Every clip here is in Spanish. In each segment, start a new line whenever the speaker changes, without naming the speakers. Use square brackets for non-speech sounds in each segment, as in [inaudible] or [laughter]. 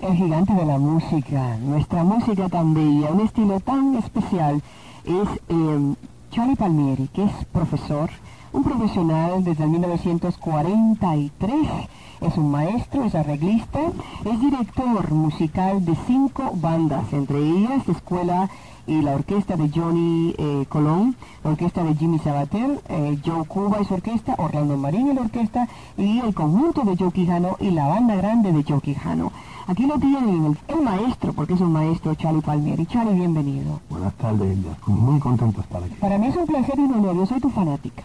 El gigante de la música, nuestra música tan bella, un estilo tan especial, es eh, Charlie Palmieri, que es profesor, un profesional desde el 1943, es un maestro, es arreglista, es director musical de cinco bandas, entre ellas Escuela y la orquesta de Johnny eh, Colón, la orquesta de Jimmy Sabater, eh, Joe Cuba y su orquesta, Orlando Marín y la orquesta, y el conjunto de Joe Quijano y la banda grande de Joe Quijano. Aquí lo tienen, el, el maestro, porque es un maestro, Charlie Palmieri. Charlie, bienvenido.
Buenas tardes, Hilda. Muy contento de estar aquí.
Para mí es un placer y un honor, yo soy tu
[laughs]
fanática.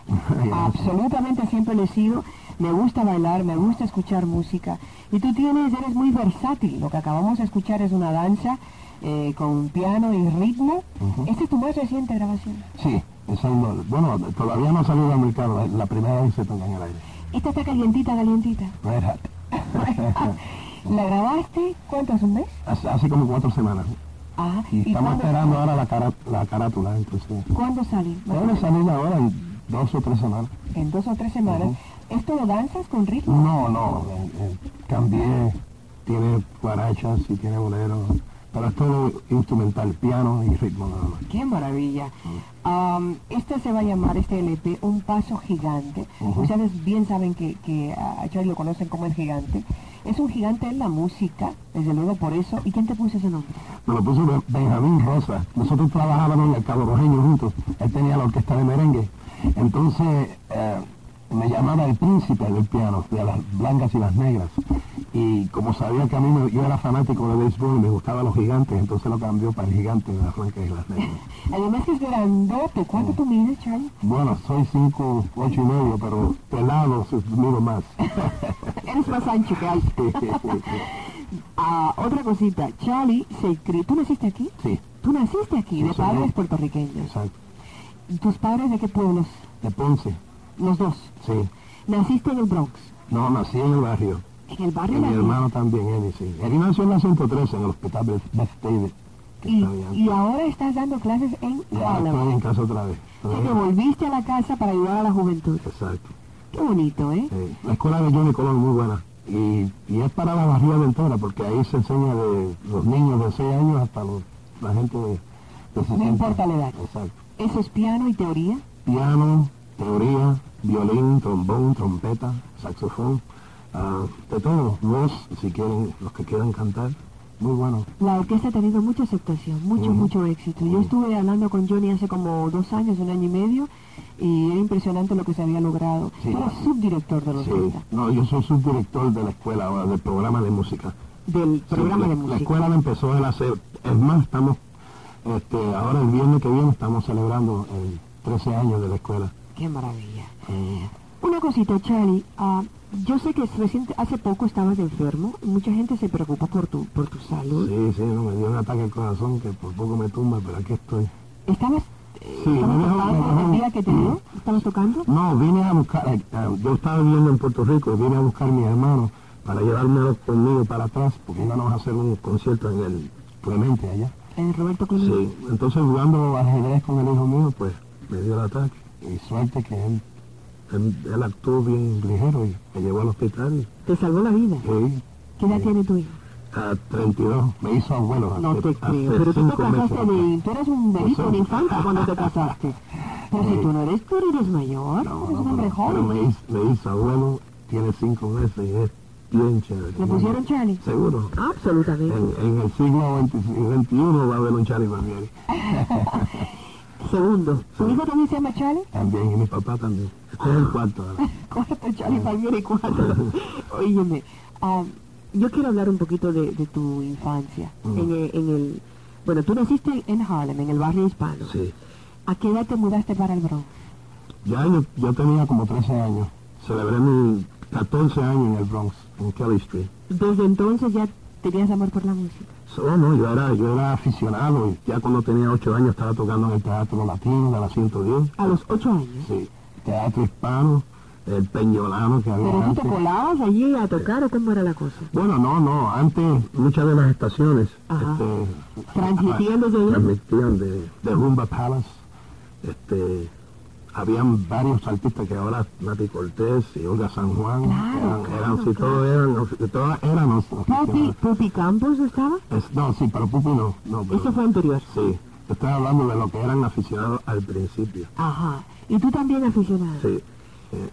Absolutamente siempre lo he sido. Me gusta bailar, me gusta escuchar música. Y tú tienes, eres muy versátil. Lo que acabamos de escuchar es una danza eh, con piano y ritmo.
Ujú.
Esta es tu más reciente grabación.
Sí, esa es lo- bueno, todavía no ha salido al mercado. La, la primera vez se toca en el aire.
Esta está calientita, calientita.
Red Hat.
¿La grabaste cuánto hace un mes?
hace, hace como cuatro semanas.
Ah,
Y, estamos
cuándo-
esperando ahora la, cara, la carátula. Entonces,
¿Cuándo sale?
debe salir ahora en dos o tres semanas.
En dos o tres semanas. ¿Esto lo danzas con ritmo?
No, no, eh, eh, cambié. Tiene guarachas y tiene boleros. Pero es todo instrumental, piano y ritmo nada más.
¡Qué maravilla! Am, esta se va a llamar, este LP, Un Paso Gigante.
Ujú.
Ustedes bien saben que, que a Charlie lo conocen como el gigante. Es un gigante en la música, desde luego por eso. ¿Y quién te puso ese nombre?
Me lo puso Ben- Benjamín Rosa. Nosotros trabajábamos en el Cabo Rojeño juntos. Él tenía la orquesta de merengue. Entonces eh, me llamaba el príncipe del piano, de las blancas y las negras. Y como sabía que a mí me- yo era fanático de béisbol y me gustaban los gigantes, entonces lo cambió para el gigante de las blancas y las negras.
Además que es grandote. ¿Cuánto tú mides, Charlie?
Bueno, soy cinco, ocho y medio, pero pelado, se- mido más.
Eres más ancho que alto. Ah, otra cosita. Charlie se inscribió. ¿Tú naciste aquí?
sí,
Tú naciste aquí,
Sí,
de
señor.
padres puertorriqueños.
exacto.
¿Tus padres de qué pueblos?
De Ponce,
Los dos.
sí.
Naciste en el Bronx,
No, nací en el barrio.
en el
Y
barrio
mi
latino.
hermano también, Eddie, sí. Eddie nació en la 113, en el hospital Beth- Bethesda, que
Y,
está pues. Ah, allá.
y ahora estás dando clases en
Y ahora
Harlem.
estoy en casa otra
O
vez.
sea,
Todavía-
que volviste a la casa para ayudar a la juventud.
Exacto.
Qué bonito, ¿eh?
sí. La escuela de Johnny Colón es muy buena. Y, y es para la barriada entera, porque ahí se enseña de los niños de 6 años hasta los, la gente de, de 60.
importa la edad.
Exacto.
Eso es piano y teoría.
Piano, teoría, violín, trombón, trompeta, saxofón, ah, de todo. Voz, si quieren, los que quieran cantar. Muy bueno.
La orquesta ha tenido mucha aceptación, mucho,
Ujú.
mucho éxito. Yo estuve hablando con Johnny hace como dos años, un año y medio, y era impresionante lo que se había logrado.
Sí.
Era subdirector de la
Sí,
orquesta,
no, yo soy subdirector de la escuela ahora, del programa de música.
del programa
Sí, la,
de
La
música.
escuela la empezó a hacer, es más, estamos, este, ahora el viernes que viene estamos celebrando el 13 años de la escuela.
Qué maravilla.
Eh,
Una cosita, Charlie. ah, yo sé que reciente, hace poco estabas enfermo. y Mucha gente se preocupa por tu, por tu salud.
sí, sí, no, me dio un ataque al corazón que por poco me tumba, pero aquí estoy.
¿Estabas, eh,
Sí,
estabas
me dejó-
tocando
me dejó-
el día que te dio? ¿Estabas tocando?
No, vine a buscar, eh, eh, yo estaba viviendo en Puerto Rico, vine a buscar a mi hermano, para llevármelos conmigo para atrás, porque íbamos a hacer un concierto en el Clemente allá.
El Eh, Roberto Clemente.
Sí, entonces jugando ajedrez con el hijo mío, pues me dio el ataque. Y suerte que él, él, él actuó bien ligero y me llevó al hospital.
Te salvó la vida.
Sí,
¿Qué edad tiene tu hijo?
a 32 me hizo abuelo.
No
hace-
te creo,
hace
pero tú te
cinco meses.
casaste de... Tú eras un bebito,
Eso.
un infante cuando te casaste. Pero si tú no eres, tú eres mayor,
No,
eres
no,
un hombre
pero, pero
joven.
me, hizo, me hizo abuelo, tiene cinco meses y es bien chévere.
¿Le pusieron Charlie?
Seguro.
Absolutamente.
En, en el siglo XXI va a haber un Charlie Barbieri.
[laughs] Segundo, ¿su hijo también se llama Charlie?
También, y mi papá también. Este es el cuarto
[laughs]
ahora.
Cuarto, Charlie Palmieri, cuarto.
[laughs]
Óyeme, ah, yo quiero hablar un poquito de, de tu infancia.
Mm.
En, el, en el- Bueno, tú naciste en Harlem, en el barrio hispano.
Sí.
¿A qué edad te mudaste para el Bronx?
Ya yo, yo tenía como 13 años. Celebré mis 14 años en el Bronx, en Kelly Street.
Desde entonces ya tenías amor por la música.
So, no, yo era, yo era aficionado. y Ya cuando tenía 8 años estaba tocando en el Teatro Latino de la 110.
A los ocho años.
Sí, Teatro Hispano, el Peñolano que había
¿Pero tú te
antes.
colabas allí a tocar o cómo era la cosa?
Bueno, no, no, antes muchas de las estaciones
Ajá.
este,
Ah, Transmitían desde ahí.
transmitían de, de Rumba Palace. Este, habían varios artistas que ahora, Nati Cortés y Olga San Juan,
Claro,
eran,
claro,
eran sí, todos eran, ofi- todas eran los
Pupi,
oficiales.
Pupi Campos estaba.
Es- No, sí, pero Pupi no. no pero-
Eso fue anterior.
Sí, estoy hablando de lo que eran aficionados al principio.
Ajá. Y tú también aficionado.
Sí,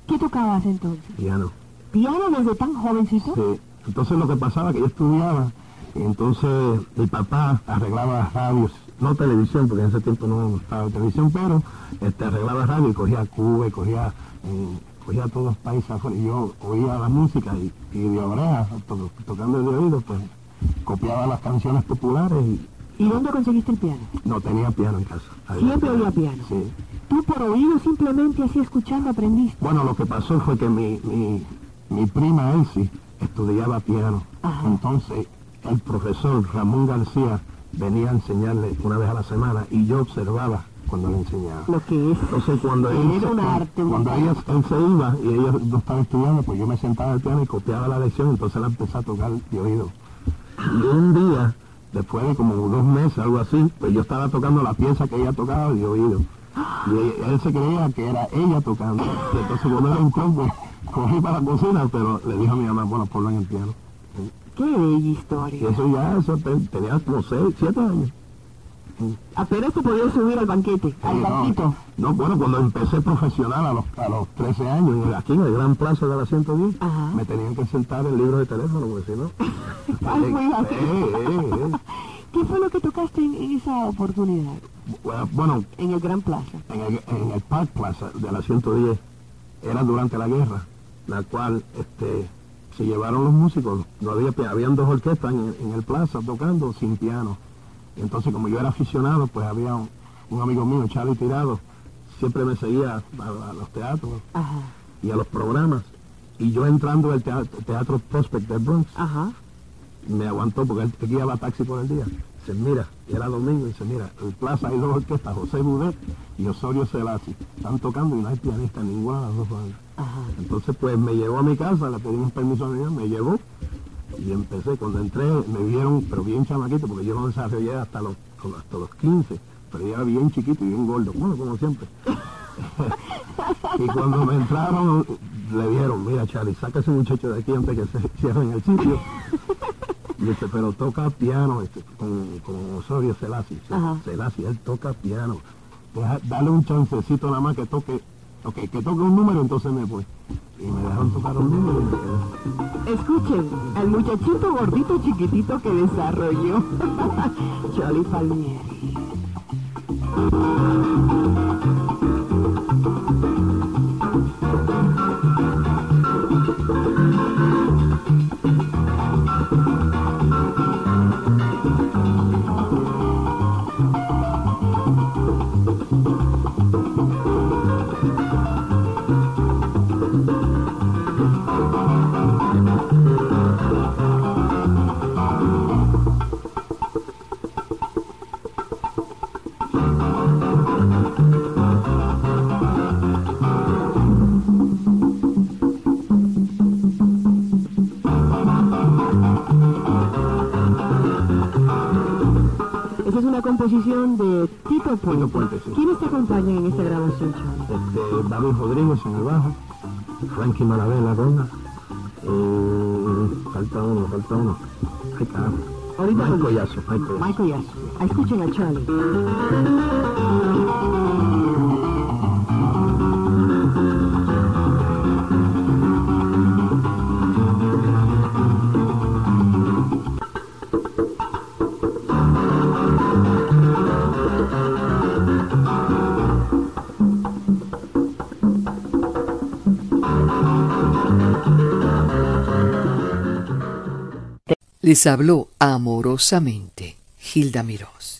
¿Qué tocabas entonces?
ya no.
¿Piano desde tan jovencito?
Sí. Entonces lo que pasaba que yo estudiaba, y entonces mi papá arreglaba radios, no televisión, porque en ese tiempo no estaba televisión, pero este, arreglaba radio y cogía Cuba y cogía, eh, cogía todos los países afuera. Y yo oía la música y, y de oreja, to- tocando de oído, pues copiaba las canciones populares y
¿Y dónde conseguiste el piano?
no tenía piano en casa. Había
Siempre había piano.
Sí.
Tú por oído simplemente así escuchando aprendiste.
Bueno, lo que pasó fue que mi, mi, mi prima Elsie estudiaba piano.
Ajá.
Entonces, el profesor Ramón García venía a enseñarle una vez a la semana y yo observaba cuando le enseñaba.
Lo que es.
Entonces, cuando,
Era
él, se-
un arte, un
cuando ella, él se iba y ella no estaba estudiando, pues yo me sentaba al piano y copiaba la lección, entonces la empecé a tocar de oído. Y un día, después de como dos meses, algo así, pues yo estaba tocando la pieza que ella tocaba de oído. Y él, él se creía que era ella tocando. Y entonces cuando era un combo, corrí pues, para la cocina, pero le dijo a mi mamá, bueno, ponlo en el piano.
Qué bella
Y
historia.
eso ya, eso te- tenía como seis, siete años.
Apenas te podías subir al banquete, al
Sí, no.
banquito.
No, bueno, cuando empecé profesional a los, a los 13 años, en el- aquí en el Gran Plaza de la 110,
Ajá.
me tenían que sentar el libro de teléfono, porque
[laughs]
si no...
Ay, muy
Eh,
así.
eh, eh.
¿Qué fue lo que tocaste en, en esa oportunidad?
Bueno, Bueno,
En el Gran Plaza.
en el, en el Park Plaza de la 110, era durante la guerra, la cual este, se llevaron los músicos, no había, pi- habían dos orquestas en, en el plaza tocando sin piano. Y entonces como yo era aficionado, pues había un, un amigo mío, Charlie Tirado, siempre me seguía a- a los teatros
Ajá,
y a los programas. Y yo entrando al teatro, teatro Prospect del Bronx,
ajá.
me aguantó porque él te guiaba taxi por el día. Dice, mira, y era domingo, dice, mira, en Plaza hay dos orquestas, José Budet y Osorio Selassie. Están tocando y no hay pianista en ninguna de las dos bandas.
Ajá.
Entonces, pues, me llevó a mi casa, le pedí un permiso a mi mamá, me llevó y empecé. Cuando entré, me vieron, pero bien chamaquito, porque yo no desarrollé hasta los, como hasta los 15, pero yo era bien chiquito y bien gordo, bueno, como siempre. [laughs] y cuando me entraron, le dieron, mira, Charlie, saca a ese muchacho de aquí antes que se [laughs] cierren el sitio. Y dice, pero toca piano este, con, con Osorio Selassie. Se-
Ajá.
Selassie, él toca piano. Deja- dale un chancecito nada más que toque, ok, que toque un número, entonces me voy. Y me dejaron tocar un número. y me quedé.
Escuchen, al muchachito gordito chiquitito que desarrolló [laughs] Charlie Palmieri. Esa es una composición de Tito Puente.
Tito Puente, sí.
¿Quiénes te acompañan en esta grabación, Charlie?
Este, David Rodríguez en el bajo, Frankie Malavé en la ronda, falta uno, falta uno. Ay, caramba.
Ahorita
Mike
con-
Collazo, Mike Collazo.
Michael Yasso. Ah, Escuchen a Charlie.
Les habló amorosamente Gilda Mirós.